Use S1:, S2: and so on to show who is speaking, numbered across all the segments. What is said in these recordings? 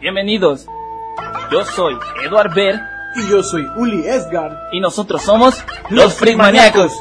S1: Bienvenidos. Yo soy Eduard Ver
S2: Y yo soy Uli Esgar.
S1: y nosotros somos los Freakmaniacos.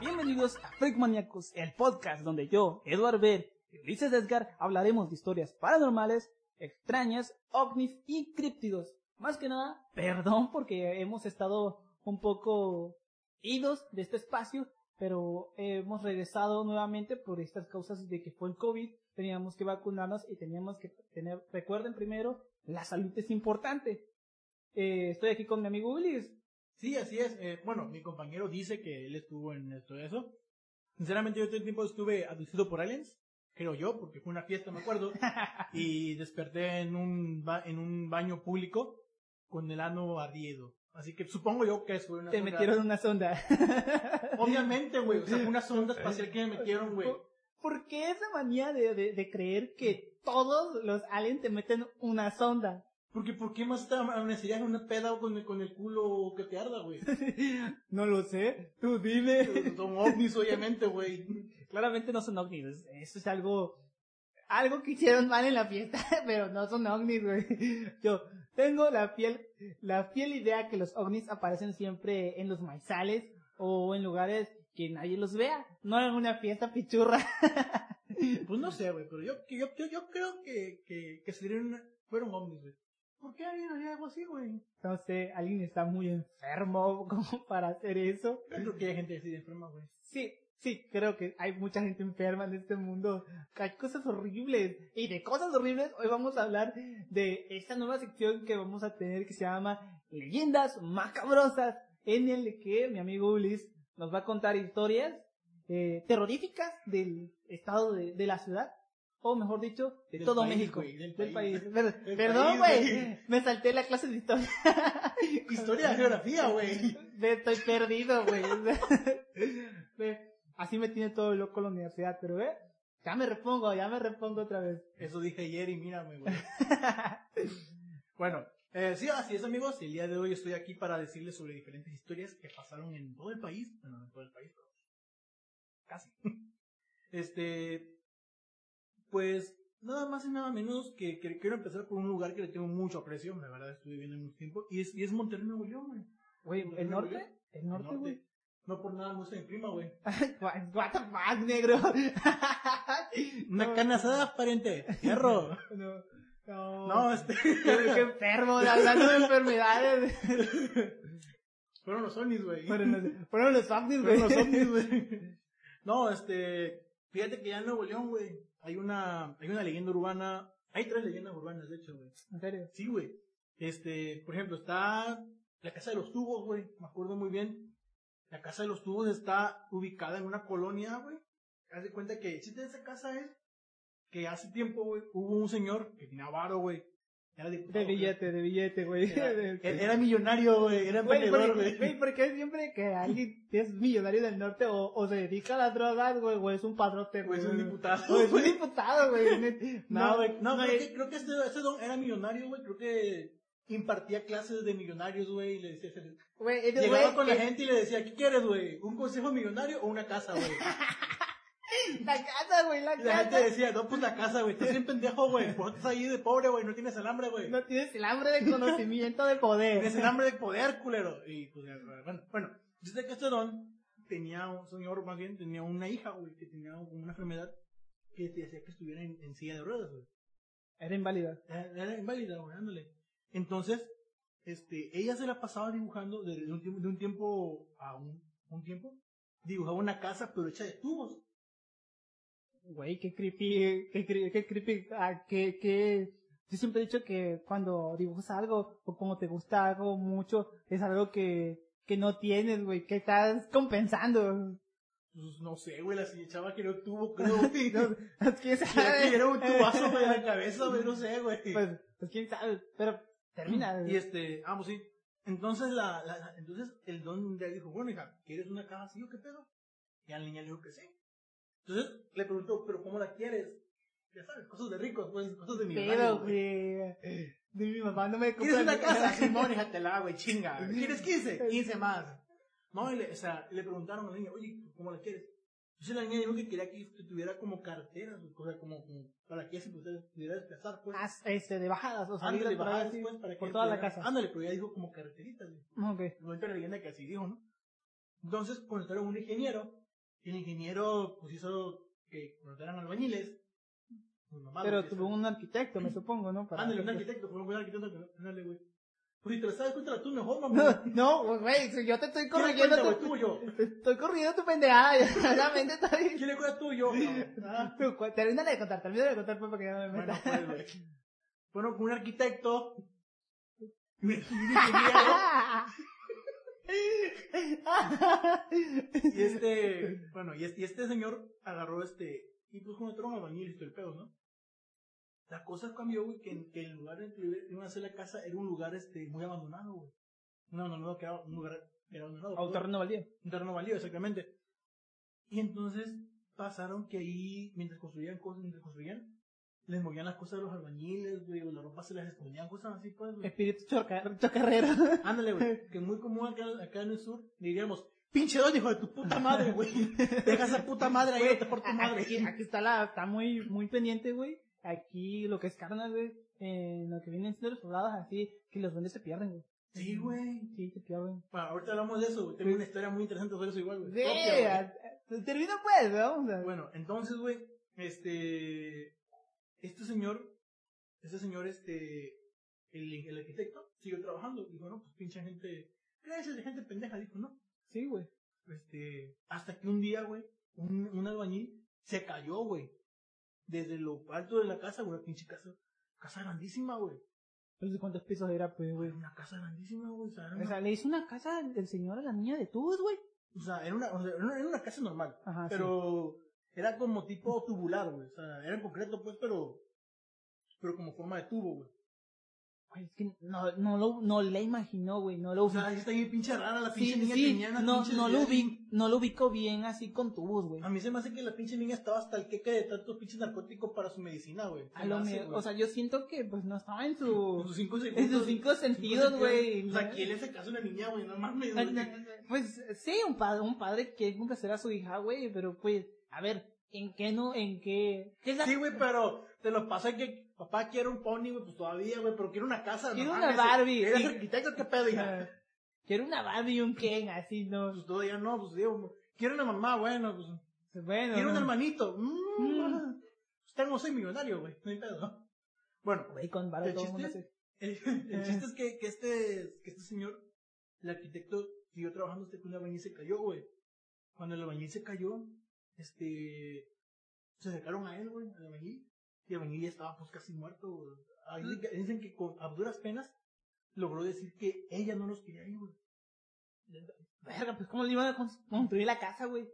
S2: Bienvenidos a Freakmaniacos, el podcast donde yo, Eduard Ver y Ulises Esgar hablaremos de historias paranormales, extrañas, ovnis y críptidos. Más que nada, perdón porque hemos estado un poco idos de este espacio, pero hemos regresado nuevamente por estas causas de que fue el COVID, teníamos que vacunarnos y teníamos que tener, recuerden primero, la salud es importante. Eh, estoy aquí con mi amigo Ulises.
S3: Sí, así es. Eh, bueno, mi compañero dice que él estuvo en esto eso. Sinceramente, yo todo el tiempo estuve aducido por aliens, creo yo, porque fue una fiesta, me acuerdo, y desperté en un, ba- en un baño público con el ano ardido. Así que supongo yo que fue una
S2: Te
S3: sonda.
S2: metieron una sonda.
S3: Obviamente, güey, o sea, fue una sonda espacial que me metieron, güey.
S2: ¿Por qué esa manía de, de, de creer que todos los aliens te meten una sonda?
S3: Porque, ¿por qué más te amanecerías en una peda con el, con el culo que te arda, güey?
S2: No lo sé, tú dime.
S3: Son ovnis, obviamente, güey.
S2: Claramente no son ovnis, es- eso es algo algo que hicieron mal en la fiesta, pero no son ovnis, güey. Yo tengo la fiel la fiel idea que los ovnis aparecen siempre en los maizales o en lugares que nadie los vea, no en una fiesta pichurra.
S3: Pues no sé, güey, pero yo, que yo, yo, yo creo que, que, que serían, fueron ovnis, güey. ¿Por qué alguien haría algo así, güey?
S2: No sé, alguien está muy enfermo como para hacer eso.
S3: Yo creo que hay gente así de enferma, güey.
S2: Sí, sí, creo que hay mucha gente enferma en este mundo. Hay cosas horribles. Y de cosas horribles, hoy vamos a hablar de esta nueva sección que vamos a tener que se llama Leyendas Macabrosas, en el que mi amigo Ulis nos va a contar historias eh, terroríficas del estado de, de la ciudad, o mejor dicho, de
S3: Del
S2: todo
S3: país,
S2: México.
S3: güey, del
S2: país.
S3: país.
S2: Per-
S3: Del
S2: Perdón,
S3: país,
S2: güey.
S3: güey.
S2: Me salté la clase de historia.
S3: Historia de geografía, güey.
S2: Me estoy perdido, güey. Ve, Así me tiene todo loco la universidad, pero ve, ya me repongo, ya me repongo otra vez.
S3: Eso dije ayer y mírame, güey. Bueno, eh, sí, así es, amigos. El día de hoy estoy aquí para decirles sobre diferentes historias que pasaron en todo el país. Bueno, no en todo el país, pero casi. Este, pues, nada más y nada menos que, que quiero empezar por un lugar que le tengo mucho aprecio. La verdad, estuve viviendo mucho tiempo. Y es, y es Monterrey, Nuevo León, güey.
S2: Güey, ¿el norte? ¿El
S3: El
S2: norte, güey?
S3: No por nada, no soy mi prima, güey.
S2: What what the fuck, negro.
S3: Una
S2: No,
S3: cana asada, pariente. Hierro.
S2: No, no.
S3: no, este.
S2: Qué qué enfermo, de- hablando de enfermedades.
S3: Fueron los ovnis, güey.
S2: Fueron los- Fueron los ovnis, güey.
S3: Fueron los ovnis, güey. No, este. Fíjate que ya en Nuevo León, güey. Hay una, hay una leyenda urbana. Hay tres leyendas urbanas, de hecho, güey.
S2: En serio.
S3: Sí, güey. Este, por ejemplo, está la Casa de los Tubos, güey. Me acuerdo muy bien. La Casa de los Tubos está ubicada en una colonia, güey. Haz de cuenta que el chiste de esa casa es que hace tiempo, güey, hubo un señor que tenía varo, güey. Era diputado,
S2: De
S3: güey.
S2: billete, de billete, güey.
S3: Era, era- era millonario, güey. Era
S2: Güey,
S3: emprendedor,
S2: porque-
S3: güey.
S2: güey, porque siempre que alguien es millonario del norte o, o se dedica a las drogas, güey, o es un padrote,
S3: Güey,
S2: güey.
S3: es Pues, un
S2: O
S3: diputado,
S2: es Pues, un
S3: güey.
S2: diputado, güey. net-
S3: No, güey. No,
S2: güey.
S3: creo que, creo que este, este don era millonario, güey. Creo que impartía clases de millonarios, güey. Y le decía,
S2: Güey, ese
S3: Llegaba
S2: güey
S3: con la
S2: que-
S3: gente y le decía, ¿qué quieres, güey? ¿Un consejo millonario o una casa, güey?
S2: La casa, güey, la
S3: Y la gente
S2: casa.
S3: decía, no, pues la casa, güey. Estás bien pendejo, güey. ¿Por qué estás ahí de pobre, güey? No tienes alambre, güey.
S2: No tienes el hambre de conocimiento de poder.
S3: Tienes alambre de poder, culero. Y pues, ya, bueno, bueno. Dice que este don tenía, un señor más bien, tenía una hija, güey, que tenía una enfermedad que te hacía que estuviera en, en silla de ruedas, güey.
S2: Era inválida.
S3: Era- Eh, Era inválida, güey, ándale. Entonces, este, ella se la pasaba dibujando de, de un, tiempo, de un tiempo a un, un tiempo. Dibujaba una casa, pero hecha de tubos.
S2: Güey, qué creepy, qué, cre- qué creepy, ah, qué, qué... Yo siempre he dicho que cuando dibujas algo o como te gusta algo mucho, es algo que, que no tienes, güey, que estás compensando.
S3: Pues, no sé, güey, la si- chava quería un tubo, creo. güey.
S2: No, pues, ¿Quién
S3: Quería que
S2: sabe?
S3: era un tubazo, güey, en la cabeza, güey, no sé, güey.
S2: Pues, pues quién sabe, pero termina.
S3: Y este, ah, pues sí. Entonces, la, la- la- entonces el don un día dijo, bueno, hija, ¿quieres una caja así o qué pedo? Y al niño le dijo que sí. Entonces le preguntó, ¿pero cómo la quieres? Ya sabes, cosas de ricos, pues, cosas de
S2: Pero,
S3: millonarios. güey.
S2: güey. de mi mamá no me
S3: ¿Quieres
S2: compra
S3: una
S2: ni-
S3: casa? Simón, hija, te la hago, y chinga. ¿Quieres 15? 15 más. No, y le, o sea, le preguntaron a la niña, oye, ¿cómo la quieres? Entonces la niña dijo que quería que tuviera como carteras, o sea, como, como para que ella se pudiera pudiera desplazar, pues.
S2: Ah, este, de bajadas, o sea,
S3: Ándale, pues.
S2: ir a
S3: bajaba
S2: parar así.
S3: después para que
S2: por
S3: ella
S2: toda la
S3: pudiera-
S2: casa.
S3: Ándale, pero ella dijo como carteritas, güey.
S2: Ok.
S3: Cuenta la leyenda que así dijo, ¿no? Entonces contrataron un ingeniero, y el ingeniero pues hizo que contrataran albañiles. Pues, nomás lo
S2: Pero
S3: que
S2: tuvo
S3: hizo.
S2: un arquitecto, me supongo, ¿no? Para-
S3: Ándale, un arquitecto, fue un buen arquitecto, ándale, güey. Pues si te lo sabes, cuéntala tú mejor, mamá.
S2: No, no, güey, si yo te estoy
S3: ¿Quién le
S2: corrigiendo.
S3: cuenta, güey,
S2: tu-
S3: tú o yo?
S2: Estoy corrigiendo tu pendejada, ya, la mente está bien.
S3: ¿Quién le cuenta tú o yo? Ah,
S2: Tú, cu- Termínale de contar, termínale de contar, pues, para que ya no me
S3: bueno,
S2: meta.
S3: pues, güey. Bueno, un arquitecto. Un ingeniero. Y este, bueno, y este, y este señor agarró este, y pues con otro albañil y todo el pedo, ¿no? La cosa cambió, güey, que, en- que el lugar en el que iban a hacer la casa era un lugar, este, muy abandonado, güey. No, no, no, que era un lugar que era abandonado.
S1: A un terreno baldío.
S3: Un terreno baldío, exactamente. Y entonces pasaron que ahí, mientras construían cosas, mientras construían, les movían las cosas a los albañiles, güey, o la ropa se las escondían, cosas así, pues, güey.
S2: Espíritu chorca- chocarrero.
S3: Ándale, güey. Que es muy común acá, acá en el sur. Diríamos, pinche don, hijo de tu puta madre, güey. Deja esa puta madre ahí, vete por tu madre.
S2: Aquí, aquí está la, está muy, muy pendiente, güey. Aquí lo que es carne, güey, eh, lo que vienen siendo los soldados así, que los duendes se pierden, güey.
S3: Sí, güey.
S2: Sí, se pierden.
S3: Bueno, ahorita hablamos de eso, güey. Tengo una historia muy interesante sobre eso igual, güey.
S2: Sí,
S3: Propia,
S2: a- a- termina pues, vamos a
S3: güey. Pues, Bueno, entonces, güey, este... Este señor, este señor, este... El, el arquitecto siguió trabajando. Dijo, no, pues pinche gente... Gracias de gente pendeja, dijo, no.
S2: Sí, güey.
S3: Este, hasta que un día, güey, un, un albañil se cayó, güey. Desde lo alto de la casa, güey, una pinche casa. Casa grandísima, güey.
S2: No sé cuántos pisos era, pues, güey.
S3: Era una casa grandísima, güey. O sea, era
S2: O
S3: una,
S2: sea, le hizo una casa del señor a la niña de tubos, güey.
S3: o sea, era una, o sea, era una- era una casa normal.
S2: Ajá,
S3: pero era como tipo tubular, güey. O sea, era en concreto, pues, pero. Pero como forma de tubo, güey.
S2: Güey, es que no, no, lo, no la imaginó, güey. No lo
S3: O sea, ahí está bien pinche rara la pinche
S2: sí,
S3: niña
S2: sí,
S3: tenía una
S2: no,
S3: pinche
S2: no, lo
S3: idea bien- Ah,
S2: ubi- no lo ubicó bien así con tubos, güey.
S3: A mí se me hace que la pinche niña estaba hasta el queque de tantos pinches narcóticos para su medicina, güey.
S2: A lo mejor, o sea, yo siento que pues no estaba en
S3: En
S2: su...
S3: sus cinco segundos.
S2: En sus cinco sentidos, güey.
S3: O sea, ¿quién le hace caso a una niña, güey? No mames,
S2: Ah,
S3: güey.
S2: no, Pues sí, un padre, un padre que complacer a su hija, güey, pero pues, a ver, ¿en qué no, en qué? ¿Qué es la...
S3: Sí, güey, pero te lo pasa que papá quiere un pony, güey, pues todavía, güey, pero quiere una casa.
S2: Quiere
S3: no
S2: una
S3: mames,
S2: Barbie.
S3: ¿Eres
S2: Sí.
S3: arquitecto? ¿Qué pedo, hija?
S2: Ah, Quiero una Barbie y un Ken, así, no.
S3: Pues todavía no, pues digo, quiere una mamá, bueno, pues.
S2: Bueno.
S3: Quiere un
S2: no.
S3: hermanito. Mm,
S2: Ah. Mm.
S3: ah, Pues tengo, soy millonario, güey, no hay pedo. Bueno,
S2: Güey, con varo
S3: ¿El
S2: todo el mundo
S3: chiste?
S2: se-
S3: el, el chiste es que, que, este, que este señor, el arquitecto, siguió trabajando hasta que un albañil se cayó, güey. Cuando el albañil se cayó, este, se acercaron a él, güey, al albañil, y el albañil ya estaba pues casi muerto, güey. Ahí dicen que- Dicen que con, a duras penas logró decir que ella no los quería ahí, güey.
S2: Verga, pues cómo le iban a cons- construir la casa, güey.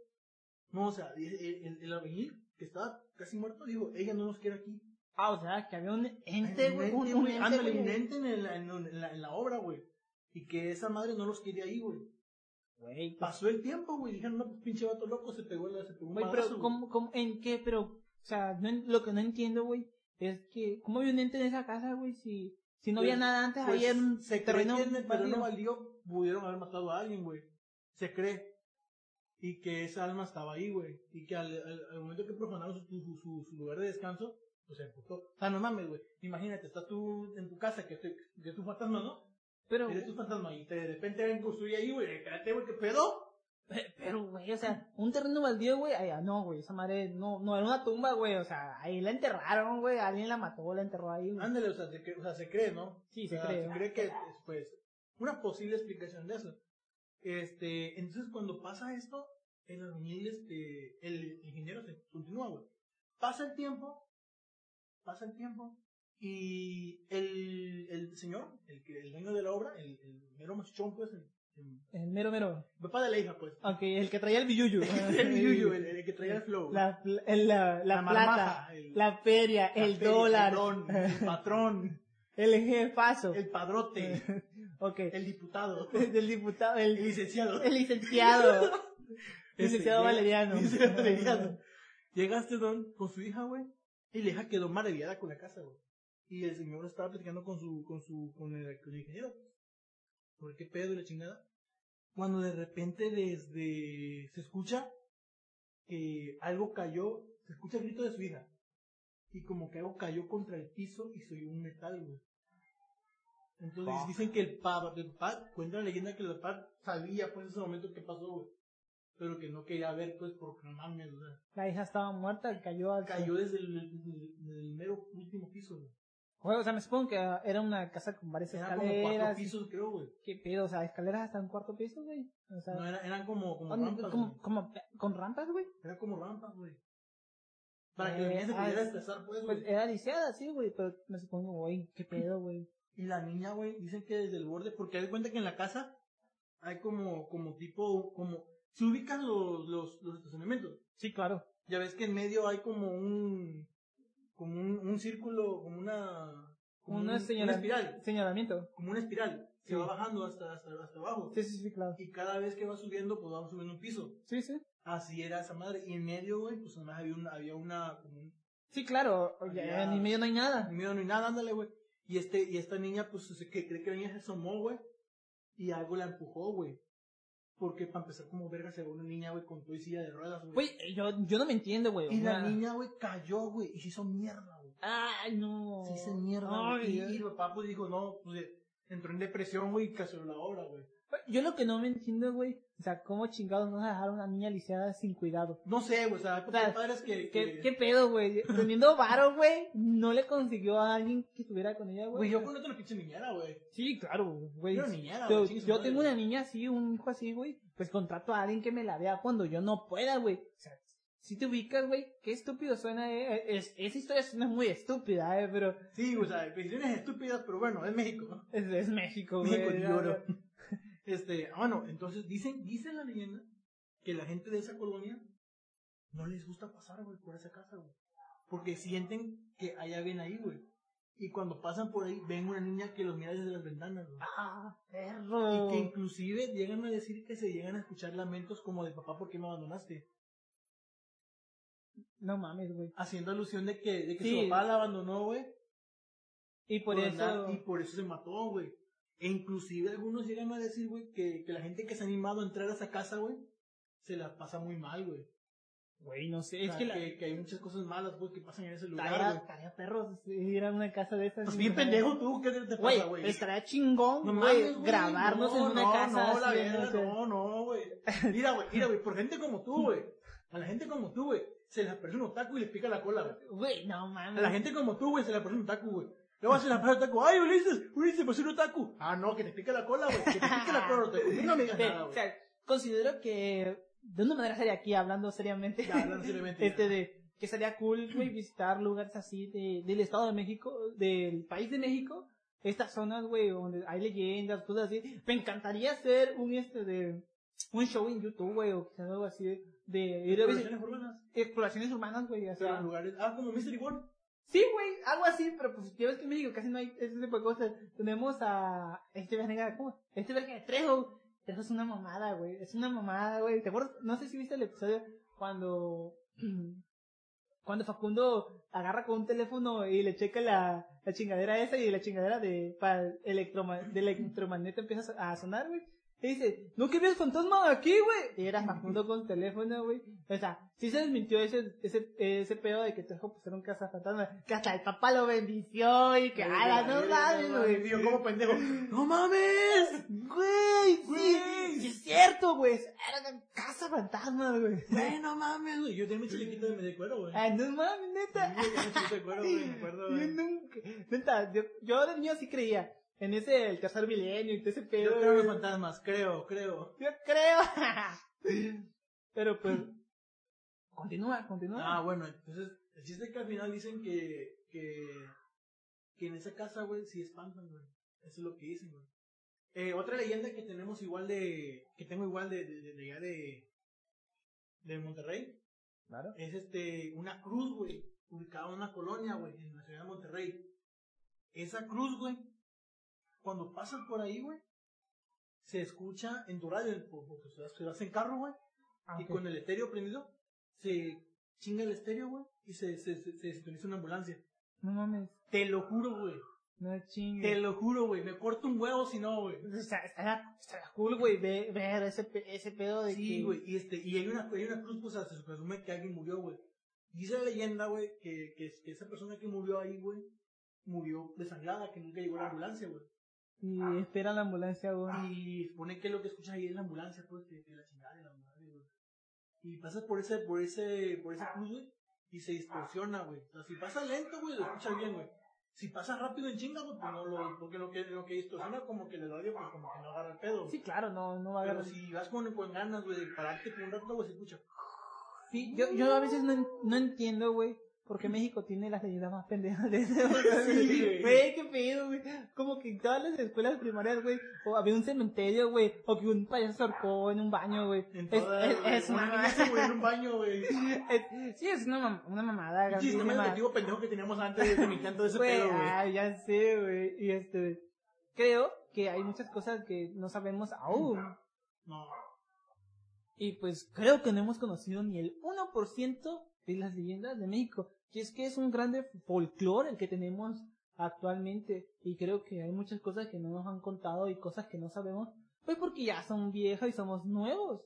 S3: No, o sea, el, el, el albañil, que estaba casi muerto, dijo, ella no nos quiere aquí.
S2: Ah, o sea, que había un ente,
S3: Este,
S2: güey.
S3: güey,
S2: Un, un ente,
S3: ándale,
S2: güey.
S3: un ente en, el- en- en la, en la obra, güey. Y que esa madre no los quería ahí, güey.
S2: Güey,
S3: Pasó el tiempo, güey. Dijeron, no, pues pinche vato loco, se pegó, la- se pegó un
S2: Güey,
S3: balazo,
S2: pero
S3: güey".
S2: ¿cómo, cómo, en qué? Pero, o sea, no en- lo que no entiendo, güey, es que, ¿cómo había un ente en esa casa, güey? Si, si no había
S3: Pues-
S2: nada antes,
S3: Pues,
S2: había un
S3: se
S2: terreno
S3: cree que en el terreno
S2: baldío.
S3: baldío pudieron haber matado a alguien, güey. Se cree. Y que esa alma estaba ahí, güey. Y que al, al- al momento que profanaron su, su- su- su lugar de descanso, pues se emputó. O sea, no mames, güey. Imagínate, estás tú en tu casa, que, te- que es tu fantasma, ¿no?
S2: Pero,
S3: Eres tu fantasma y te, de repente ven construir ahí, güey. Espérate, güey, ¿qué pedo?
S2: pe- pero, güey, o sea, un terreno baldío, güey, ay, ah, no, güey, esa madre, no, no era una tumba, güey, o sea, ahí la enterraron, güey, alguien la mató, la enterró ahí, güey.
S3: Ándale, o sea, se cree, o sea, se cree, ¿no?
S2: Sí,
S3: O
S2: se
S3: sea,
S2: cree.
S3: Ah, Se cree que, pues, una posible explicación de eso. Este, entonces cuando pasa esto, el albañil, este, el ingeniero se continúa, güey. Pasa el tiempo, pasa el tiempo, y el, el señor, el, que- el dueño de la obra, el, el mero machuchón, pues, el, el
S2: El mero, mero.
S3: papá de la hija, pues.
S2: Aunque el que traía Ah, el billuyo.
S3: El yuyu, el, el que traía el flow.
S2: La, pl- el- la, la, plata,
S3: marmaja, el-
S2: la feria,
S3: la
S2: el
S3: feria,
S2: dólar,
S3: El, don, el patrón,
S2: el jefazo.
S3: el padrote,
S2: ok.
S3: el diputado.
S2: del diputado, el,
S3: El licenciado.
S2: el licenciado. licenciado
S3: Este, llega-
S2: Valeriano.
S3: Licenciado Valeriano. Llegaste, don, con su hija, güey. Y la hija quedó maravillada con la casa, güey. Y el señor estaba platicando con su, con su, con el, con el ingeniero. Pues, ¿Por qué pedo y la chingada? Cuando de repente desde, se escucha que algo cayó, se escucha el grito de su hija. Y como que algo cayó contra el piso y se oyó un metal, güey. Entonces
S1: Fuck.
S3: dicen que el papá, el papá, cuenta la leyenda que el papá sabía pues en ese momento qué pasó, güey. Pero que no quería ver pues porque no mames, o sea,
S2: La hija estaba muerta, cayó al
S3: Cayó desde el, el- el mero último piso, güey.
S2: Güey, o sea, me supongo que ah, era una casa con varias
S3: Era como cuatro
S2: escaleras.
S3: pisos, creo, güey.
S2: ¿Qué pedo? O sea, escaleras hasta un cuarto piso, güey. O sea,
S3: No, era, eran como, como
S2: ¿dónde-
S3: rampas,
S2: como-
S3: güey.
S2: como- con rampas, güey.
S3: Era como rampas, güey. Para que la
S2: Eh,
S3: niña se
S2: ah,
S3: pudiera
S2: es-
S3: expresar, pues,
S2: Pues
S3: güey.
S2: era lisiada, sí, güey, pero me supongo, güey, qué pedo, güey.
S3: Y la niña, güey, dicen que desde el borde, porque hay cuenta que en la casa hay como, como tipo, como, se ubican los, los, los estacionamientos.
S2: Sí, claro.
S3: Ya ves que en medio hay como un, como un, un círculo, como una, como
S2: Una,
S3: un-
S2: señala-
S3: una espiral,
S2: señalamiento.
S3: como una espiral. Se
S2: Sí.
S3: va bajando hasta, hasta, hasta abajo.
S2: Sí, sí, sí, claro.
S3: Y cada vez que va subiendo, pues va subiendo un piso.
S2: Sí, sí.
S3: Así era esa madre. Y en medio, güey, pues además había una, había una, como un,
S2: Sí, claro.
S3: Había-
S2: ya, En el medio no hay nada.
S3: miedo ni nada, ándale, güey. Y este, y esta niña, pues, se- que cree que la niña se asomó, güey. Y algo la empujó, güey. Porque para empezar como verga se ve una niña, güey, con tu silla de ruedas, güey.
S2: Güey, yo, yo no me entiendo, güey.
S3: Y
S2: o
S3: la
S2: sea,
S3: niña, güey, cayó, güey, y se hizo mierda, güey.
S2: Ay, no.
S3: Se hizo mierda, güey.
S2: Ay,
S3: Y, y el papá, pues, dijo, no, pues, eh, entró en depresión, güey, y canceló la obra, güey.
S2: Yo lo que no me entiendo, güey, o sea, cómo chingados nos dejaron a una niña lisiada sin cuidado.
S3: No sé, güey, o sea, hay
S2: sea,
S3: padres que... que-
S2: ¿Qué, qué pedo, güey? Teniendo varo, güey, no le consiguió a alguien que estuviera con ella,
S3: Güey,
S2: güey.
S3: yo conozco una pinche niñera, güey.
S2: Sí, claro, güey.
S3: Yo era niñera,
S2: Yo,
S3: güey. chingue su
S2: yo
S3: madre,
S2: tengo
S3: güey.
S2: una niña así, un hijo así, güey, pues contrato a alguien que me la vea cuando yo no pueda, güey. O sea, si te ubicas, güey, qué estúpido suena, eh. Es, esa historia suena muy estúpida, eh, pero
S3: Sí, o sea, decisiones estúpidas, pero bueno, es México, ¿no?
S2: es, es México, güey.
S3: México
S2: Ya,
S3: lloro. Este, ah, bueno, entonces dicen, dicen la leyenda que la gente de esa colonia no les gusta pasar, güey, por esa casa, güey. Porque sienten que hay alguien ahí, güey. Y cuando pasan por ahí, ven una niña que los mira desde las ventanas, güey.
S2: Ah,
S3: Y
S2: perro.
S3: que inclusive llegan a decir que se llegan a escuchar lamentos como de papá, ¿por qué me abandonaste?
S2: No mames, güey.
S3: Haciendo alusión de que, de que
S2: Sí.
S3: su papá la abandonó, güey.
S2: Y por eso...
S3: andar- Y por eso se mató, güey. E inclusive algunos llegan a decir, güey, que, que la gente que se ha animado a entrar a esa casa, güey, se la pasa muy mal, güey.
S2: Güey, no sé,
S3: Es
S2: es que la...
S3: que, que hay muchas cosas malas, güey, que pasan en ese lugar,
S2: Estaría,
S3: güey.
S2: estaría perro ir a una casa de esas.
S3: Pues
S2: y-
S3: bien pendejo tú, ¿qué te, te
S2: Güey,
S3: pasa, güey?
S2: estaría chingón,
S3: No
S2: güey,
S3: mames, güey,
S2: grabarnos
S3: no,
S2: en una
S3: no,
S2: casa
S3: No, la
S2: así,
S3: verga,
S2: o sea.
S3: no, no, güey. Mira, güey, mira, güey, por gente como tú, güey. A la gente como tú, güey, se le aparece un otaku y le pica la cola, güey.
S2: Güey, no
S3: A
S2: mames.
S3: la gente como tú, güey, se le aparece un otaku, güey. Luego se le aparece un otaku. ¡Ay, Ulises! ¡Ulises, pues un otaku! Ah, no, que te pica la cola, güey. Que te pica la cola, otaku. Tú No me digas
S2: Te-
S3: nada,
S2: Este, o
S3: güey.
S2: sea, considero que de una manera sería aquí hablando seriamente.
S3: Ya, hablando seriamente,
S2: este
S3: ya.
S2: de que sería cool güey visitar lugares así de, del Estado de México, del país de México, estas zonas güey donde hay leyendas, cosas así. Me encantaría hacer un este de un show en YouTube güey o quizás algo así de, de ir a
S3: Relaciones
S2: visitar
S3: urbanas.
S2: exploraciones urbanas güey. o sea,
S3: Pero en lugares... Ah, como Mystery World.
S2: Sí, güey, algo así, pero pues ya ves que en México casi no hay ese tipo de cosas. Tenemos a este verga, ¿cómo? Este verga de Trejo. Trejo es una mamada, güey. Es una mamada, güey. ¿Te acuerdas? No sé si viste el episodio cuando. Cuando Facundo agarra con un teléfono y le checa la, la chingadera esa y la chingadera de, para el electroma, del electromagneto empieza a sonar, güey. Y dice, ¿no que ves fantasma aquí, güey? Y era Facundo con teléfono, güey. O sea, sí se desmintió ese, ese, ese pedo de que trajo pues era un cazafantasma. Que hasta el papá lo bendició y que, "Ah, ala, no mames, güey.
S3: Digo, como pendejo. ¡No mames!
S2: Güey, sí,
S3: Güey.
S2: sí es cierto, güey. Era un cazafantasma, güey.
S3: Güey, no mames, güey. Yo tenía mi chalequito de medio de cuero, güey.
S2: Ay, no mames,
S3: Yo
S2: Ah, neta.
S3: tenía mi chalequito de cuero, güey, me acuerdo,
S2: Yo
S3: güey.
S2: nunca, neta, yo, yo de niño sí creía en ese, el tercer milenio y todo ese pedo.
S3: Yo creo en los
S2: güey.
S3: fantasmas, creo, creo.
S2: Yo creo. Pero pues, continúa,
S3: Ah,
S2: continúa.
S3: bueno, entonces, el chiste es que al final dicen que, que, que en esa casa, güey, sí espantan, güey. Eso es lo que dicen, güey. Eh, otra leyenda que tenemos igual de, que tengo igual de, de, de, de, allá de, de Monterrey,
S4: Claro.
S3: es este, una cruz, güey, ubicada en una colonia, güey, en la ciudad de Monterrey. Esa cruz, güey, cuando pasas por ahí, güey, se escucha en tu radio, porque se vas- se vas en carro, güey,
S2: Ah,
S3: y
S2: ok.
S3: con el estéreo prendido, se chinga el estéreo, güey, y se, se, se, se sintoniza una ambulancia.
S2: No mames,
S3: Te lo juro, güey.
S2: no
S3: Te
S2: chingues.
S3: lo juro, güey. Me corto un huevo si no, güey.
S2: Está, está, está cool, güey, ve- ver ese, pe- ese pedo de
S3: Sí,
S2: que-
S3: güey. Y, este, y hay, una, hay una cruz, pues se presume que alguien murió, güey. Dice la leyenda, güey, que, que, que esa persona que murió ahí, güey, murió desangrada, que nunca
S2: Ah.
S3: llegó a la ambulancia, güey. Ah.
S2: Y espera la ambulancia, güey.
S3: Y supone que lo que escuchas ahí es la ambulancia, pues, que, que la chingada de la madre, güey. Y pasas por ese, por ese, por
S2: Ah.
S3: ese cruz, güey, y se distorsiona, güey. O sea, si pasas lento, güey, lo escuchas bien, güey. Si pasas rápido en chinga, güey, pues no lo, porque lo que, lo que distorsiona como que el radio, pues como que no agarra el pedo. güey.
S2: Sí, claro, no, no va a
S3: Pero
S2: haber.
S3: si vas con, con ganas, güey, de pararte por un rato, güey, se escucha.
S2: Sí, yo, yo a veces no, en- no entiendo, güey, por qué México tiene las leyendas más pendejas de ese,
S3: Sí, güey.
S2: güey. Güey, qué pedo, güey. Como que en todas las escuelas primarias, güey, o había un cementerio, güey, o que un payaso se ahorcó en un baño, güey.
S3: En
S2: Es,
S3: toda,
S2: es,
S3: güey,
S2: es
S3: una
S2: una
S3: niña se murió en un baño, güey.
S2: es- sí, es una, mam- una mamada,
S3: Pinche
S2: grandísima.
S3: sistema educativo pendejo que teníamos antes, que me encanta ese
S2: Güey, ah.
S3: pedo, güey.
S2: ay, ya sé, güey. Y este, creo que hay muchas cosas que no sabemos aún.
S3: No,
S2: Y pues creo que no hemos conocido ni el 1% de las leyendas de México. Y es que es un grande folclore el que tenemos actualmente. Y creo que hay muchas cosas que no nos han contado y cosas que no sabemos. Pues porque ya son viejas y somos nuevos.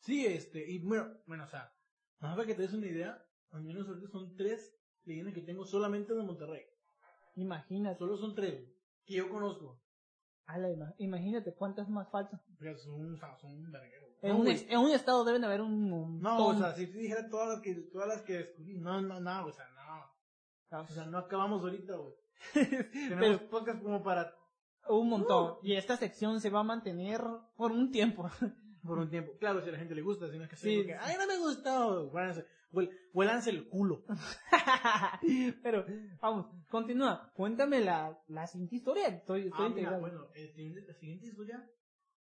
S3: Sí, este, y bueno, bueno, o sea, nada más para que te des una idea, al menos ahorita son tres leyendas que tengo solamente de Monterrey.
S2: Imagínate.
S3: Solo son tres, güey, que yo conozco.
S2: ala, ima- imagínate cuántas más faltan.
S3: Pero son, o sea, son un verguero. güey.
S2: En,
S3: No,
S2: un,
S3: güey.
S2: es- en un estado deben haber un montón.
S3: No, o sea, si te dijera todas las que, todas las que descubrí, no, no, no, o sea, no.
S2: Ah,
S3: O sea, no acabamos ahorita, güey. Tenemos podcast como para,
S2: Un montón. Y esta sección se va a mantener por un tiempo.
S3: por un tiempo. Claro, si a la gente le gusta, si no es que
S2: Sí,
S3: sí,
S2: sí.
S3: ay, no me gustó, huélanse, huel- huélanse el culo.
S2: Pero, vamos, continúa. Cuéntame la, la siguiente historia. Estoy, estoy
S3: Ah, mira,
S2: intrigado.
S3: bueno, el siguiente- la siguiente historia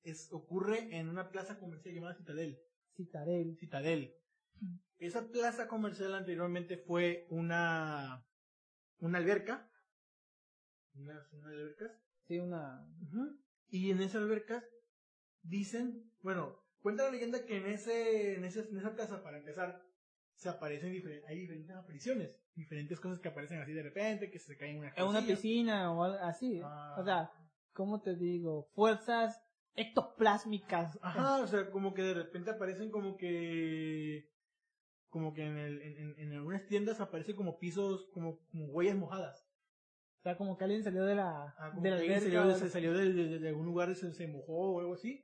S3: es, ocurre en una plaza comercial llamada Citadel.
S2: Citadel.
S3: Citadel.
S2: Mm.
S3: Esa plaza comercial anteriormente fue una, una alberca. Unas, unas albercas.
S2: Sí, una...
S3: Y en esas albercas dicen, bueno, cuenta la leyenda que en, ese, en, ese- en esa plaza, para empezar, se aparecen difer- hay diferentes apariciones, diferentes cosas que aparecen así de repente, que se caen en una,
S2: en una
S3: casilla.
S2: piscina o algo así.
S3: Ah.
S2: O sea, ¿cómo te digo? Fuerzas ectoplásmicas.
S3: Ajá, o sea, como que de repente aparecen como que. Como que en, el, en, en- en algunas tiendas aparecen como pisos, como, como huellas mojadas.
S2: O sea, como que alguien salió de la...
S3: Ah, como
S2: de la
S3: que alguien
S2: alberca.
S3: salió, se salió del- de, de algún lugar y se, se mojó o algo así.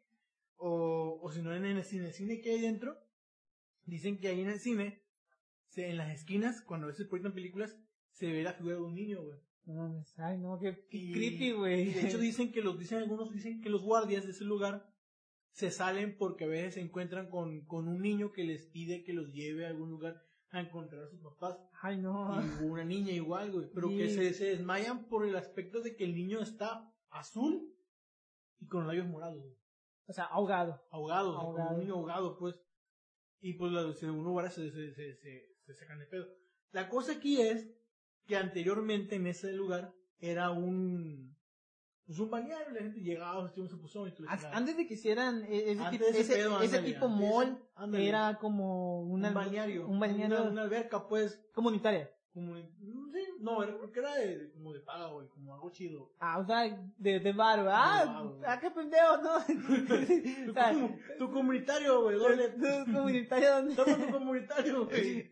S3: O, o si no, en el, cine, el cine que hay dentro, dicen que ahí en el cine, se- en las esquinas, cuando a veces proyectan películas, se ve la figura de un niño, güey.
S2: No mames, ay, no, qué, qué
S3: Y-
S2: creepy,
S3: Y
S2: güey.
S3: de hecho dicen que los, dicen algunos dicen que los guardias de ese lugar se salen porque a veces se encuentran con, con un niño que les pide que los lleve a algún lugar a encontrar a sus papás.
S2: Ay, no.
S3: Y una niña igual, güey. Pero
S2: Sí.
S3: que se, se desmayan por el aspecto de que el niño está azul y con los labios morados, güey.
S2: O sea, ahogado.
S3: Ahogado, o sea, como
S2: Ahogado.
S3: un niño ahogado, pues. Y pues los de algunos lugares se, se, se, se- se sacan de pedo. La cosa aquí es que anteriormente en ese lugar era un... Pues un balneario, la gente llegaba, se un supusón y todo
S2: As-
S3: eso.
S2: Antes de que hicieran e- ese,
S3: Antes
S2: tipo,
S3: de ese
S2: ese,
S3: pedo,
S2: ese
S3: ándale,
S2: tipo
S3: antes de-
S2: mall
S3: ándale.
S2: era como una,
S3: un balneario.
S2: un balneario
S3: Una, una alberca, pues.
S2: comunitaria.
S3: Como, no sé, no, era porque era de, como de paga, güey, como algo chido.
S2: Ah, o sea, de, de bar, güey. ah,
S3: bar, güey.
S2: ah, qué pendejo, ¿no? o
S3: Tu,
S2: sea,
S3: comu- tu comunitario, güey, dole.
S2: de un comunitario
S3: Toma
S2: donde...
S3: tu comunitario, güey.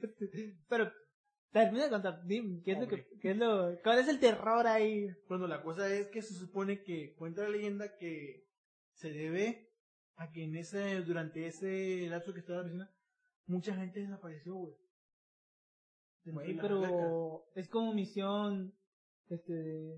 S2: Pero, termina de contar, dime, ¿qué es lo
S3: Hombre.
S2: que, qué es lo, cuál es el terror ahí?
S3: Bueno, la cosa es que se supone que cuenta la leyenda que se debe a que en ese, durante ese lapso que estaba la piscina, mucha gente desapareció, güey. Dentro de
S2: Güey,
S3: la alberca.
S2: pero es como misión, este,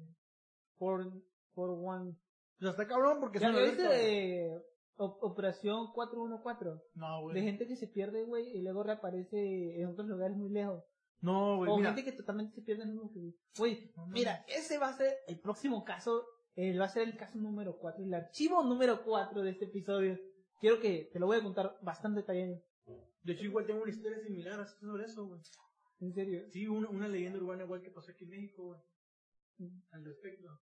S2: por, por one.
S3: O sea, está cabrón porque es
S2: ¿Ya
S3: una
S2: viste
S3: alberca, güey.
S2: de op- Operación 414?
S3: No,
S2: De
S3: güey.
S2: gente que se pierde, güey, y luego reaparece en otros lugares muy lejos.
S3: No, güey,
S2: o
S3: Pues mira.
S2: gente que totalmente se pierde en un lugar. Güey,
S3: No, no,
S2: mira, ese va a ser el próximo caso, eh, va a ser el caso número 4, el archivo número 4 de este episodio. Quiero que te lo voy a contar bastante detallado,
S3: De hecho, igual tengo una historia similar así sobre eso, güey.
S2: en serio.
S3: Sí, una, una leyenda urbana igual que pasó aquí en México, güey. Al respecto.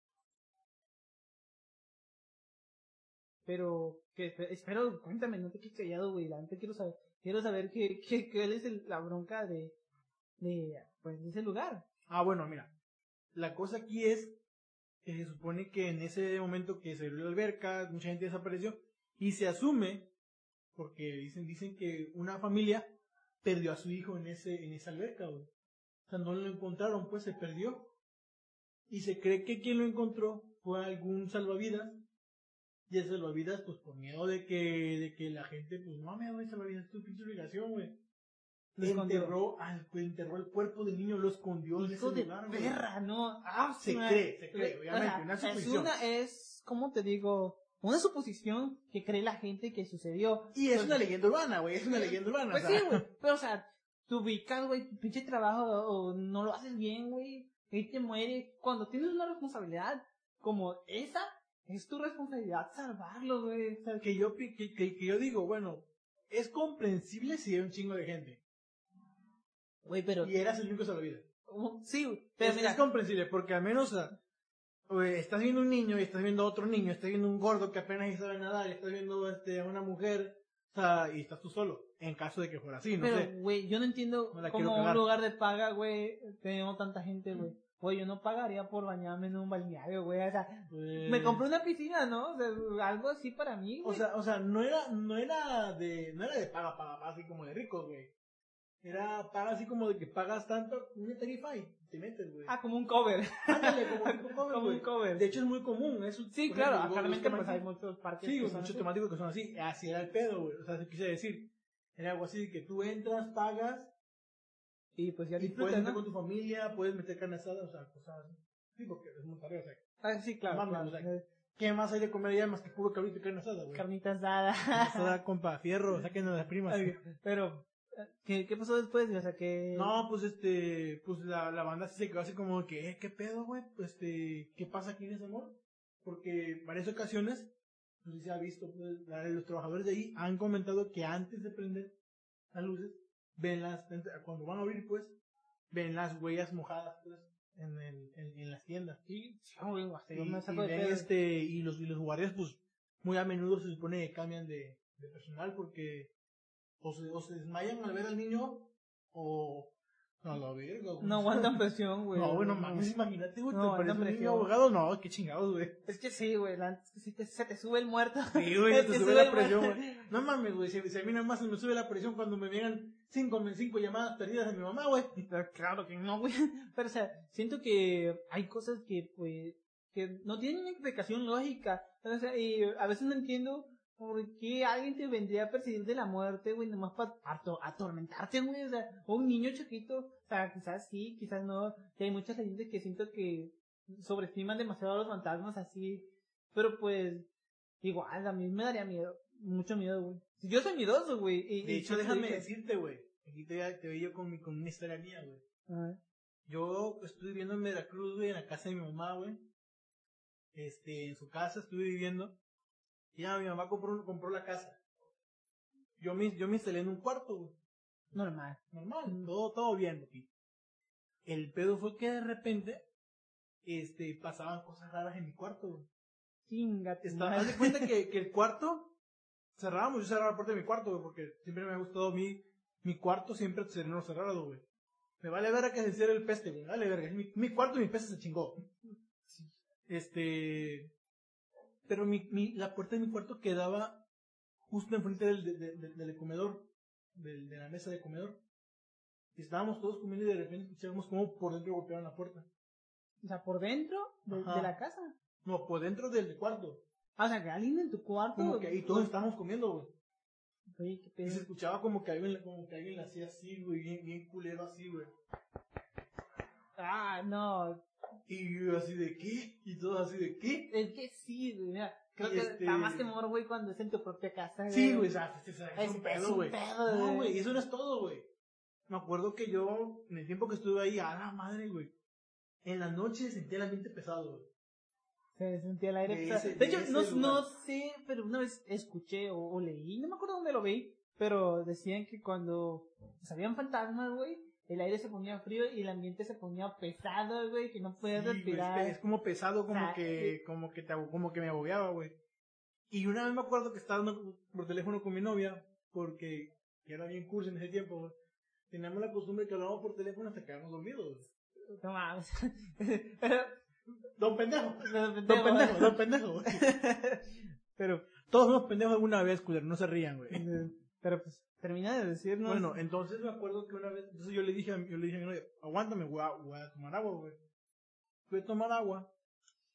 S2: Pero, que, espe- espero, cuéntame, no te quedes callado, güey, la neta quiero saber, quiero saber qué, qué, cuál es el- la bronca de, de, pues, de ese lugar.
S3: Ah, bueno, mira. La cosa aquí es que se supone que en ese momento que se abrió la alberca, mucha gente desapareció y se asume, porque dicen, dicen que una familia perdió a su hijo en, ese, en esa alberca, güey. O sea, no lo encontraron, pues se perdió. Y se cree que quien lo encontró fue algún salvavidas. Y el salvavidas, pues por miedo de que, de que la gente, pues mames, güey, salvavidas es tu pinche obligación, güey.
S1: Lo
S3: Lo
S1: escondió.
S3: enterró, al, enterró el cuerpo del niño, lo escondió en
S2: Hijo
S3: ese
S2: de
S3: lugar, güey.
S2: perra, no. Ah,
S3: Se
S2: su madre.
S3: cree, se cree,
S2: O
S3: obviamente,
S2: sea,
S3: una
S2: es
S3: suposición.
S2: una, eh, es, ¿cómo te digo? Una suposición que cree la gente que sucedió.
S3: Y es
S2: Pues-
S3: una leyenda urbana, güey, es una leyenda urbana.
S2: Pues
S3: o sea.
S2: sí, güey. Pero, o sea, tú ubicas, güey, tu pinche trabajo o no lo haces bien, güey. Y te mueres. Cuando tienes una responsabilidad como esa, es tu responsabilidad salvarlo, güey. O sea,
S3: que yo, pi- que, que- que yo digo, bueno, es comprensible si era un chingo de gente.
S2: Güey, pero...
S3: Y eras el único salvavidas. Pues,
S2: ¿cómo? Sí, güey. Pero
S3: es,
S2: mira,
S3: es comprensible, porque al menos o sea, güey, estás viendo un niño y estás viendo a otro niño, estás viendo un gordo que apenas sabe nadar, y estás viendo este, a una mujer, o sea, y estás tú solo, en caso de que fuera así, no sé.
S2: pero, güey, yo no entiendo
S3: No la quiero
S2: cómo un
S3: cagar. Mm.
S2: lugar de paga, güey, tenemos tanta gente, güey. Güey, yo no pagaría por bañarme en un balneario, güey. O sea, me
S3: Eh,
S2: compré una piscina, ¿no? O sea, algo así para mí,
S3: Mm. O
S2: güey.
S3: sea, o sea, no era, no era de, no era de paga, paga, paga, así como de ricos, güey. Era paga así como de que pagas tanto, una tarifa y te metes, güey.
S2: ah, como un cover.
S3: Ándale, como tipo cover,
S2: como
S3: güey.
S2: un cover.
S3: De hecho, es muy común. Es un-
S2: Sí,
S3: por
S2: claro,
S3: ejemplo,
S2: actualmente
S3: los
S2: pues hay
S3: temas-
S2: muchos parques
S3: Sí,
S2: que
S3: güey,
S2: son
S3: muchos
S2: así.
S3: temáticos que son así. Así era el pedo, güey. O sea, se quise decir. Era algo así de que tú entras, pagas,
S2: y pues ya
S3: y puedes
S2: disfrutas,
S3: entrar
S2: ¿no?
S3: con tu familia, puedes meter carne asada, o sea, cosas así. Sí, porque es muy tarea, o sea.
S2: Ah, sí, claro,
S3: Mames,
S2: claro.
S3: o sea, ¿Qué más hay de comer allá más que puro cabrito y carne asada, güey? Carne
S2: Carnita asada.
S3: asada, compa, fierro, saquen a las primas.
S2: Ay, Pero, ¿qué, ¿qué pasó después? O sea, que...
S3: No, pues este, pues la, la banda sí se quedó así como que, eh, ¿qué pedo, güey? Pues, Este, ¿qué pasa aquí en ese amor? Porque varias ocasiones, pues sí se ha visto, pues, la- los trabajadores de ahí han comentado que antes de prender las luces, ven las, cuando van a abrir, pues, ven las huellas mojadas, pues, en, el, en, en las tiendas.
S2: Sí, güey, hasta
S3: Y,
S2: yo me saco
S3: y
S2: de
S3: ven,
S2: pedo.
S3: este, y los, y los guardias, pues, muy a menudo se supone que cambian de, de personal porque o se, o se desmayan al ver al niño o a la verga, güey.
S2: No aguantan presión, güey.
S3: No, bueno, mames, imagínate, güey,
S2: No,
S3: te parece
S2: no,
S3: un niño
S2: presión.
S3: abogado, no, qué chingados, güey.
S2: Es que sí, güey, la- es que sí te- se te sube el muerto.
S3: Sí, güey,
S2: Es
S3: te
S2: que
S3: sube
S2: sube
S3: la
S2: el
S3: presión,
S2: muerto.
S3: güey. No mames, güey, si, si a mí nada más se me sube la presión cuando me llegan cinco, cinco llamadas perdidas de mi mamá, güey.
S2: Ah, claro que no, güey. Pero, o sea, siento que hay cosas que, pues, que no tienen una explicación lógica. O sea, y a veces no entiendo por qué alguien te vendría a perseguir de la muerte, güey, nomás para atormentarte, güey. O sea, o un niño chiquito, o sea, quizás sí, quizás no. Y hay muchas leyendas que siento que sobreestiman demasiado a los fantasmas así. Pero, pues, igual, a mí me daría miedo. Mucho miedo, güey. Yo soy miedoso, güey. y-
S3: De
S2: y-
S3: hecho, déjame decirte, güey, aquí te, te veo yo con, mi, con una historia mía, güey.
S2: Ah,
S3: Yo estuve viviendo en Veracruz, güey, en la casa de mi mamá, güey. Este, en su casa estuve viviendo. Y ya mi mamá compró, compró la casa. Yo me, yo me instalé en un cuarto, güey.
S2: normal.
S3: Normal, todo, todo bien, güey. El pedo fue que de repente, este, pasaban cosas raras en mi cuarto, güey.
S2: Chinga, tu
S3: Estaba,
S2: madre.
S3: haz de cuenta que, que el cuarto, cerrábamos, yo cerraba la puerta de mi cuarto, güey, porque siempre me ha gustado mi, mi cuarto siempre sereno cerrado, güey. Me vale verga que se cierre el peste, güey, me vale verga. es Mi, mi cuarto y mi peste se chingó. Este, pero mi, mi, la puerta de mi cuarto quedaba justo enfrente del, del, del, del comedor, del- de la mesa de comedor. Y estábamos todos comiendo y de repente escuchábamos como por dentro golpeaban la puerta.
S2: O sea, por dentro de,
S3: Ajá.
S2: de la casa.
S3: No, por dentro del cuarto.
S2: Ah, o sea, que alguien en tu cuarto.
S3: Como que ahí todos estábamos comiendo, güey.
S2: Oye, qué
S3: Y se
S2: pedo.
S3: escuchaba como que alguien, como que alguien le hacía así, güey, bien, bien culero así, güey.
S2: Ah, no.
S3: Y yo así de qué, y todo así de qué.
S2: Es que sí, güey. mira, Creo
S3: Y
S2: que
S3: este-
S2: da más temor, güey, cuando es en tu propia casa.
S3: Sí, güey, o sea, es, es- es
S2: Es-
S3: un
S2: es
S3: pedo,
S2: un
S3: güey.
S2: pedo,
S3: No,
S2: güey.
S3: güey, eso no es todo, güey. Me acuerdo que yo, en el tiempo que estuve ahí, a la madre, güey. En la noche sentía el ambiente pesado, güey.
S2: Se sentía el aire.
S3: De
S2: pesado.
S3: ese-
S2: de
S3: de
S2: hecho,
S3: ese
S2: no,
S3: lugar.
S2: no sé, pero una vez escuché o, o leí, no me acuerdo dónde lo vi, pero decían que cuando sabían fantasmas, güey, el aire se ponía frío y el ambiente se ponía pesado, güey, que no podías
S3: Sí, güey,
S2: respirar.
S3: es, es como pesado, como
S2: O sea,
S3: que, como que te abo- como que me agobiaba, güey. Y una vez me acuerdo que estaba hablando por teléfono con mi novia, porque yo era bien curso en ese tiempo, güey. Teníamos la costumbre que hablábamos por teléfono hasta quedarnos dormidos. güey.
S2: No mames. Pero,
S3: Don pendejo.
S2: pero,
S3: Don pendejo,
S2: pendejo.
S3: don pendejo. güey.
S2: Pero,
S3: Todos somos pendejos alguna vez, culero, no se rían, güey.
S2: pero pues, termina de decirnos.
S3: Bueno, entonces me acuerdo que una vez, entonces yo le dije a mi, yo le dije a mi novia, aguántame, voy a, voy a tomar agua, güey. Voy a tomar agua,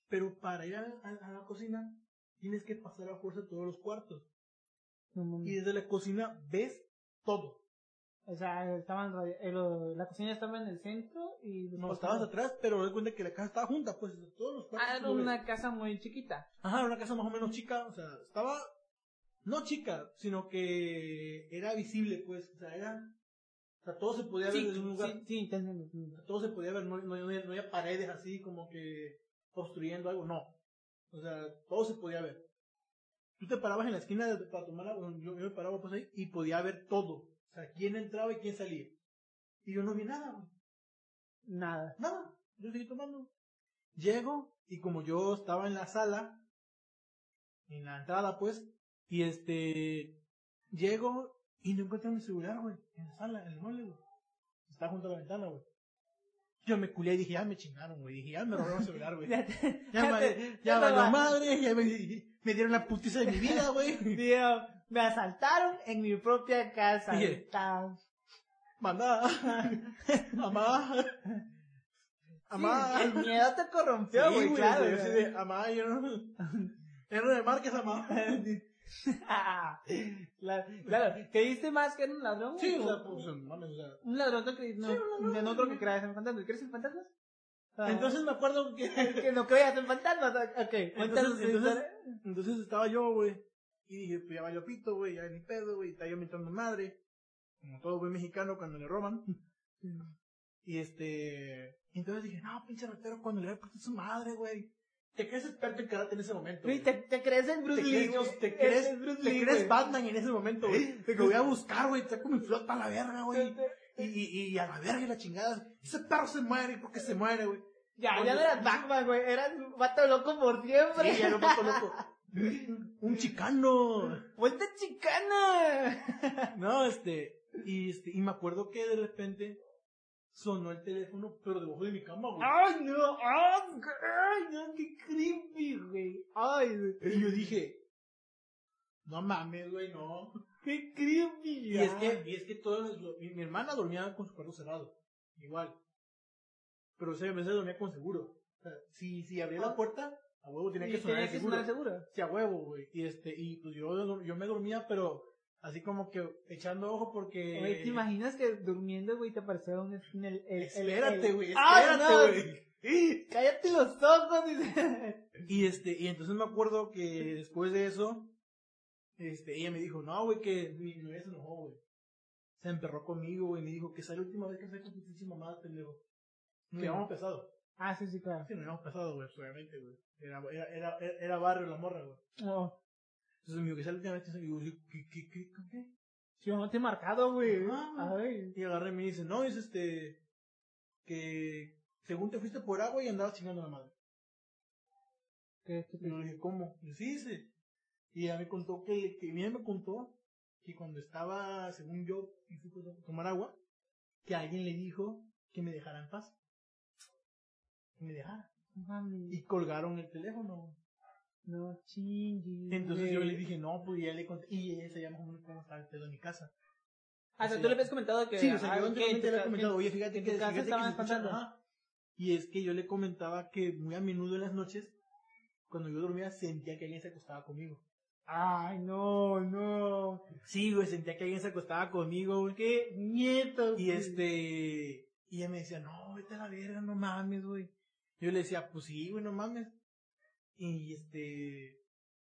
S3: pero para ir a, a- a la cocina tienes que pasar a fuerza todos los cuartos.
S2: No
S3: Y
S2: mames.
S3: desde la cocina ves todo.
S2: O sea, estaban, radi- eh, lo- la cocina estaba en el centro y... pues,
S3: No, estabas atrás, pero das cuenta que la casa estaba junta, pues todos los cuartos.
S2: Ah, era
S3: lo ves.
S2: una casa muy chiquita.
S3: Ajá, era una casa más o menos chica, o sea, estaba, no chica, sino que era visible, pues, o sea, era, o sea, todo se podía ver
S2: Sí,
S3: desde un lugar.
S2: sí, sí, te entiendo, te entiendo.
S3: todo se podía ver, no, no, no había- no había paredes así como que obstruyendo algo, no. O sea, todo se podía ver. Tú te parabas en la esquina de- para tomar agua, bueno, yo, yo me paraba pues ahí y podía ver todo. O sea, quién entraba y quién salía. Y yo no vi nada, güey,
S2: Nada.
S3: nada. Yo seguí tomando. Llego y como yo estaba en la sala, en la entrada pues, y este, llego y no encuentro mi celular, güey, en la sala, en el mueble, güey. Está junto a la ventana, güey. Yo me culé y dije, ya me chingaron, güey. Dije, ya me robaron el celular, güey. ya
S2: Ya te- ya te-
S3: me, ya
S2: ya te
S3: valió
S2: va.
S3: madre, ya me, me dieron la putiza de mi vida, güey.
S2: Tío, me asaltaron en mi propia casa.
S3: Oye.
S2: Tan-
S3: Mamá, mamá, mamá.
S2: Sí, el miedo te
S3: Sí,
S2: corrompió,
S3: güey,
S2: güey, claro.
S3: yo
S2: güey.
S3: así de, amá, yo no... Ya no me marques, amá.
S2: Ah, claro, claro, creíste más que era un ladrón.
S3: Sí, o
S2: güey?
S3: sea, pues, no mames, o sea.
S2: un ladrón no creí, no,
S3: Sí, un ladrón.
S2: yo no creo que creas en fantasmas. ¿Crees en fantasmas? Ah,
S3: Entonces me acuerdo que...
S2: que no creas en fantasmas. ah, Ok, cuéntanos.
S3: Entonces, entonces, entonces estaba yo, güey. Y dije, pues ya valió pito, güey, ya ni pedo, güey. Está yo metiendo madre. Como todo buen mexicano cuando le roban. Y este... y entonces dije, no, pinche ratero, cuando le da a su madre, güey. Te crees experto en karate en ese momento.
S2: Güey,
S3: güey.
S2: ¿Te, te crees en
S3: Te
S2: Bruce Lee?
S3: crees,
S2: güey.
S3: te crees,
S2: Eres
S3: te
S2: Bruce Lee,
S3: crees
S2: güey.
S3: Batman en ese momento, güey. Te voy a buscar, güey, te saco mi flota para la verga, güey. Y, y, y a la verga y la chingada. Ese perro se muere, porque se muere, güey.
S2: Ya, ya no eras Batman, güey. Eras un vato loco por siempre.
S3: Sí, ya lo mato loco. Un chicano.
S2: ¡Vuelta chicana!
S3: No, este y, este. y me acuerdo que de repente sonó el teléfono, pero debajo de mi cama, güey.
S2: ¡Ay, no! ¡Ay, g- ay, no! ¡Qué creepy, güey! ¡Ay, güey.
S3: Y yo dije, no mames, güey, no.
S2: qué creepy!
S3: Y es que, y es que todos los- mi, mi hermana dormía con su cuarto cerrado, igual. Pero o sea, a veces dormía con seguro. O sea, si, si abría la puerta, a
S2: Ah,
S3: huevo tenía que sonar el seguro.
S2: seguro.
S3: Sí, a huevo, güey. Y este, y pues yo, yo me dormía, pero así como que echando ojo porque.
S2: Güey, ¿te imaginas que durmiendo, güey, te apareció un en el, el, el-
S3: Espérate,
S2: el-
S3: güey,
S2: ¡Ay,
S3: espérate,
S2: no!
S3: güey.
S2: ¡Cállate los ojos! dice.
S3: Y este, y entonces me acuerdo que después de eso, este, ella me dijo, no, güey, que mi novia se enojó, güey. Se emperró conmigo, güey, y me dijo que esa es la última vez que salgo con tu pinche mamada, pendejo. Nos
S2: Mm.
S3: llevamos pesado.
S2: Ah, sí, sí, claro.
S3: Sí, nos llevamos pesado, güey, obviamente, güey. Era, era, era, era- era barrio la morra, güey.
S2: Oh,
S3: Entonces me dijo que esa es la última vez que salgo. Y yo, ¿qué, qué, qué, con qué?
S2: yo no te he marcado, güey.
S3: Ah.
S2: Ay.
S3: Y agarré y me dice, no, es este, que según te fuiste por agua y andabas chingando a la madre.
S2: ¿Qué, qué,
S3: Y yo le dije, ¿cómo? Y yo, sí, dice. Y ella me contó que, que ella me contó que cuando estaba, según yo, y fui a tomar agua, que alguien le dijo que me dejara en paz. Que me dejara.
S2: Mami,
S3: Y colgaron el teléfono.
S2: no chingues.
S3: Entonces yo
S2: güey.
S3: le dije, no, pues ya le conté. Y ella se llama como cómo estaba el pedo en mi casa.
S2: Ah, o sea, tú le habías comentado que.
S3: Sí, o sea,
S2: ah,
S3: yo
S2: que
S3: anteriormente
S2: tu
S3: le había
S2: ca-
S3: comentado, oye, fíjate
S2: que
S3: que,
S2: tu casa
S3: fíjate que
S2: estaba
S3: se escucha-
S2: espantando.
S3: ajá. Y es que yo le comentaba que muy a menudo en las noches, cuando yo dormía, sentía que alguien se acostaba conmigo.
S2: Ay, no, no.
S3: Sí, güey, sentía que alguien se acostaba conmigo, güey.
S2: Qué nieto.
S3: Y este, y ella me decía, no, vete a la verga, no mames, güey. Yo le decía, pues sí, güey, no mames. Y este,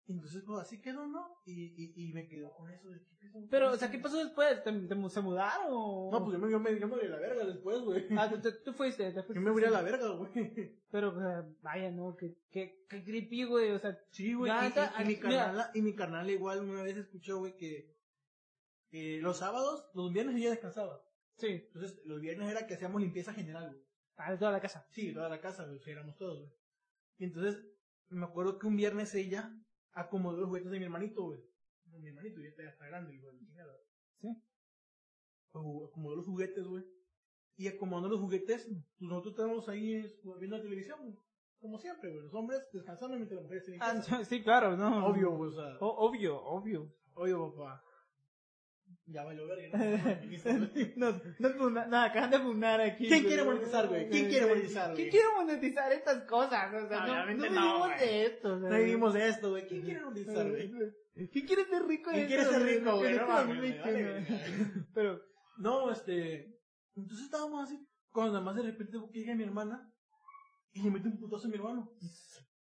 S3: entonces, pues así quedó, ¿no? Y, y, y me quedó con eso de qué pedo, güey?
S2: Pero, o sea, ¿qué pasó después? ¿Te, te mu- se mudaron? o-
S3: No, pues yo me, yo me, yo me voy a la verga después, güey.
S2: Ah, tú, tú- tú fuiste, te fuiste.
S3: Yo me voy a la verga, güey.
S2: Pero, o sea, vaya, no, qué, qué, qué creepy, güey. O sea,
S3: Sí, güey.
S2: Ya,
S3: Y,
S2: está,
S3: y- y mi
S2: ah, mira.
S3: carnal, y mi carnal igual una vez escuchó, güey, que, que los sábados, los viernes ella descansaba.
S2: sí,
S3: Entonces, los viernes era que hacíamos limpieza general, güey.
S2: a toda la casa.
S3: Sí, toda la casa, güey, o sea, éramos todos, güey. Y entonces, me acuerdo que un viernes ella acomodó los juguetes de mi hermanito, güey. De Mi hermanito ya está, ya está grande, güey, la chingada.
S2: Sí.
S3: Acu- Acomodó los juguetes, güey. y acomodando los juguetes, pues nosotros estábamos ahí eh, viendo la televisión, güey. como siempre, güey. Los hombres descansando mientras las mujeres se
S1: Ah, sí, claro, no.
S3: Obvio, güey, o sea,
S1: O- obvio, obvio.
S3: obvio, papá. Ya valió verga. ¿no?
S2: Nos, nos, funda- nos acaban de fundar aquí.
S3: ¿Quién
S2: güey.
S3: quiere monetizar, güey? ¿Quién quiere monetizar,
S2: ¿Quién
S3: güey?
S2: quiere monetizar estas cosas? O sea, no, no,
S3: Obviamente no,
S2: vivimos
S3: güey.
S2: de esto. o sea,
S3: No vivimos de esto, güey. ¿Quién quiere monetizar, güey?
S2: ¿Quién quiere ser rico? en
S3: ¿Quién quiere
S2: esto,
S3: ser rico, güey?
S2: En
S3: No
S2: este
S3: mames, güey,
S2: 2021.
S3: vale, verga.
S2: Pero,
S3: No, este. Entonces estábamos así. Cuando nada más de repente llega mi hermana y le mete un putazo a mi hermano.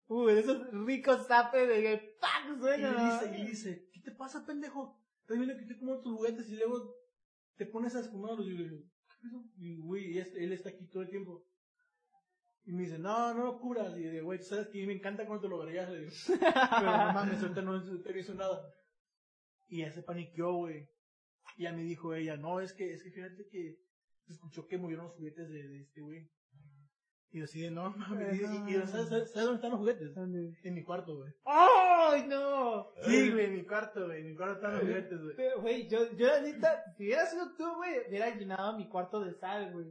S2: uh, esos ricos zapes de que ¡pac!
S3: Y le
S2: suena. ¿no?
S3: dice, y le dice, ¿qué te pasa, pendejo? Estás viendo que estoy comiendo tus juguetes y luego te pones a escumarlos. Y yo le digo, ¿qué pedo? Y güey, es- él está aquí todo el tiempo. Y me dice, no, no lo curas. Y de güey, tú sabes que a mí me encanta cuando te lo vergas. Le digo, Pero no mames, ahorita no te hizo nada. Y ya se paniqueó, güey. Y ya me dijo ella, no, es que, es que fíjate que se escuchó que movieron los juguetes de, de este güey. Y yo así de, no mames. Y, y- y yo, ¿sabes, sabes- sabes dónde están los juguetes?
S2: ¿Dónde?
S3: En mi cuarto, güey.
S2: ¡Ay, no!
S3: Sí, güey, en mi cuarto, güey. En mi cuarto están los juguetes, güey.
S2: Pero, güey, yo, yo la neta, si hubiera sido tú, güey, hubiera llenado mi cuarto de sal, güey.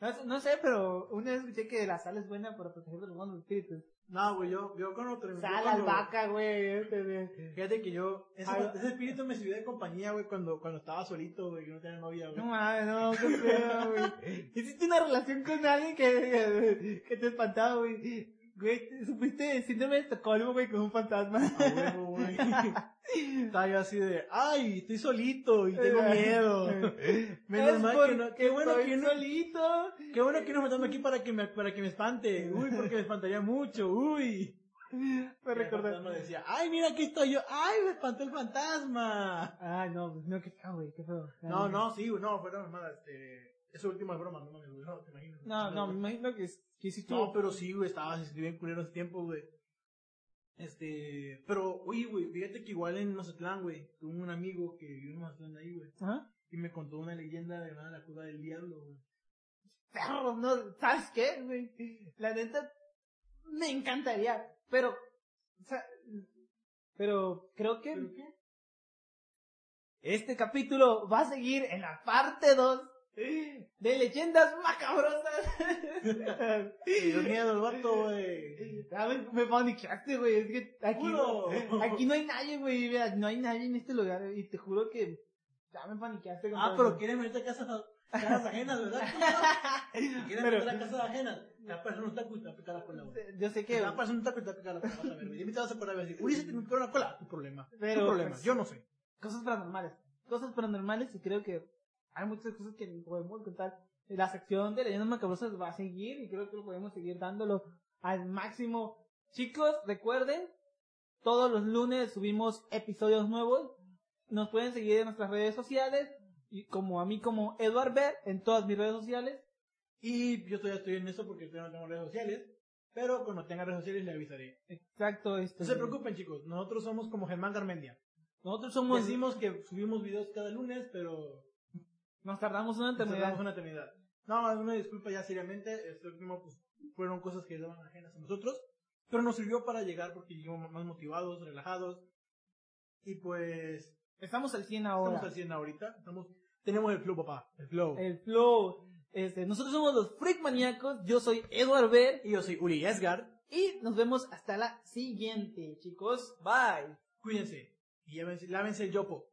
S2: No, no sé, pero una vez escuché que la sal es buena para proteger de los malos espíritus.
S3: No, güey, yo, yo cuando terminé.
S2: Sal,
S3: cuando-
S2: albahaca, güey. este, güey.
S3: Fíjate que yo. Ese,
S2: Al-
S3: ese espíritu me sirvió de compañía, güey, cuando, cuando estaba solito, güey, que no tenía novia,
S2: No
S3: güey.
S2: mames, no, qué pedo, güey. Hiciste una relación con alguien que, que te espantaba, güey. Güey, supiste síndrome de Estocolmo, güey, con un fantasma.
S3: A huevo, güey. Estaba yo así de, ay, estoy solito y tengo miedo. Menos
S2: Es
S3: mal que no.
S2: porque
S3: Qué bueno
S2: estoy
S3: que no.
S2: solito.
S3: Qué bueno que no me están aquí para que me, para que me espante. Uy, porque me espantaría mucho, uy.
S2: Me
S3: Y el fantasma
S2: recordé.
S3: decía, ay, mira, aquí estoy yo. Ay, me espantó el fantasma.
S2: Ay, no, pues, no, qué feo, güey, qué feo.
S3: No, no, sí, güey, no, fuera mamada, este, esa última es broma, no mames, güey, no, te imaginas.
S1: No, no, me imagino que, que sí
S3: No,
S1: estuvo.
S3: pero sí, güey, estaba así bien culero ese tiempo, güey. Este, pero, oye, güey, fíjate que igual en Mazatlán, güey, tuve un amigo que vivió en Mazatlán ahí, güey,
S2: Ajá.
S3: y me contó una leyenda de una de la cueva del diablo, güey.
S2: Perro, no, ¿sabes qué? güey? La neta, me encantaría, pero, o sea, pero creo que
S3: ¿Pero qué?
S2: este capítulo va a seguir en la parte 2 de leyendas macabrosas.
S3: Me dio miedo el vato, güey.
S2: Ah, me, me paniqueaste, güey. Es que aquí,
S3: Juro.
S2: aquí no hay nadie, güey. mira, No hay nadie en este lugar. Y te juro que ya me paniqueaste.
S3: Ah,
S2: compadre.
S3: pero quieren meter casas, casas ajenas, ¿verdad? Quieren
S2: Pero-
S3: meter a casas ajenas. Te va a aparecer un taco y te va a picar la cola, güey.
S2: Yo sé
S3: Te
S2: que.
S3: va a pasar un taco y te va a picar la cola, vas a ver, güey. Y me te vas a parar y vas a decir, uy, se te picó la cola. Tu problema.
S2: Pero,
S3: tu problema,
S2: pues,
S3: yo no sé.
S2: Cosas paranormales. Cosas paranormales y creo que hay muchas cosas que podemos contar. La sección de leyendas macabrosas va a seguir y creo que lo podemos seguir dándolo al máximo. Chicos, recuerden, todos los lunes subimos episodios nuevos. Nos pueden seguir en nuestras redes sociales. Y como a mí, como Eduard Ver, en todas mis redes sociales.
S3: Y yo todavía estoy en eso porque todavía no tengo redes sociales. Pero cuando tenga redes sociales le avisaré.
S2: Exacto, este.
S3: No se preocupen, chicos. Nosotros somos como Germán Garmendia.
S2: Nosotros somos.
S3: Decimos que subimos videos cada lunes, pero
S2: Nos tardamos una
S3: nos
S2: eternidad.
S3: tardamos una eternidad. No, una disculpa ya seriamente. Este último, pues, fueron cosas que estaban ajenas a nosotros. Pero nos sirvió para llegar porque llegamos más motivados, relajados. Y pues,
S2: Estamos al 100 ahora. Eh,
S3: estamos al 100 ahorita. Estamos, tenemos el flow, papá. El flow.
S2: El flow. Este, nosotros somos los Freak Maníacos. Yo soy Eduard Ver.
S3: Y yo soy Uri Esgard.
S2: Y nos vemos hasta la siguiente, chicos. Bye.
S3: Cuídense. Y llévense- lávense el yopo.